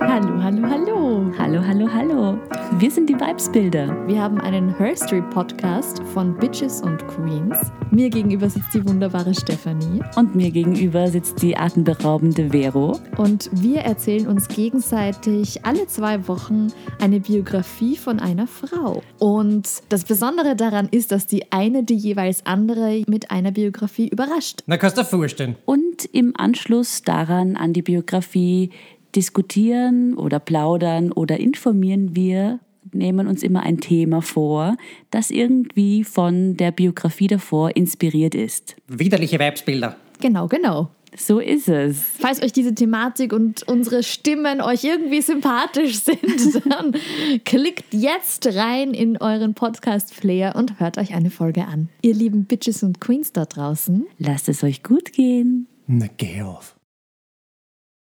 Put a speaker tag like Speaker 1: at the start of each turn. Speaker 1: Hallo, hallo, hallo.
Speaker 2: Hallo, hallo, hallo. Wir sind die Vibesbilder.
Speaker 1: Wir haben einen Herstory-Podcast von Bitches und Queens. Mir gegenüber sitzt die wunderbare Stefanie.
Speaker 2: Und mir gegenüber sitzt die atemberaubende Vero.
Speaker 1: Und wir erzählen uns gegenseitig alle zwei Wochen eine Biografie von einer Frau. Und das Besondere daran ist, dass die eine die jeweils andere mit einer Biografie überrascht.
Speaker 3: Na, kannst du dir vorstellen.
Speaker 2: Und im Anschluss daran an die Biografie diskutieren oder plaudern oder informieren wir, nehmen uns immer ein Thema vor, das irgendwie von der Biografie davor inspiriert ist.
Speaker 3: Widerliche Weibsbilder.
Speaker 1: Genau, genau.
Speaker 2: So ist es.
Speaker 1: Falls euch diese Thematik und unsere Stimmen euch irgendwie sympathisch sind, dann klickt jetzt rein in euren Podcast-Player und hört euch eine Folge an. Ihr lieben Bitches und Queens da draußen.
Speaker 2: Lasst es euch gut gehen.
Speaker 3: Na, geh auf.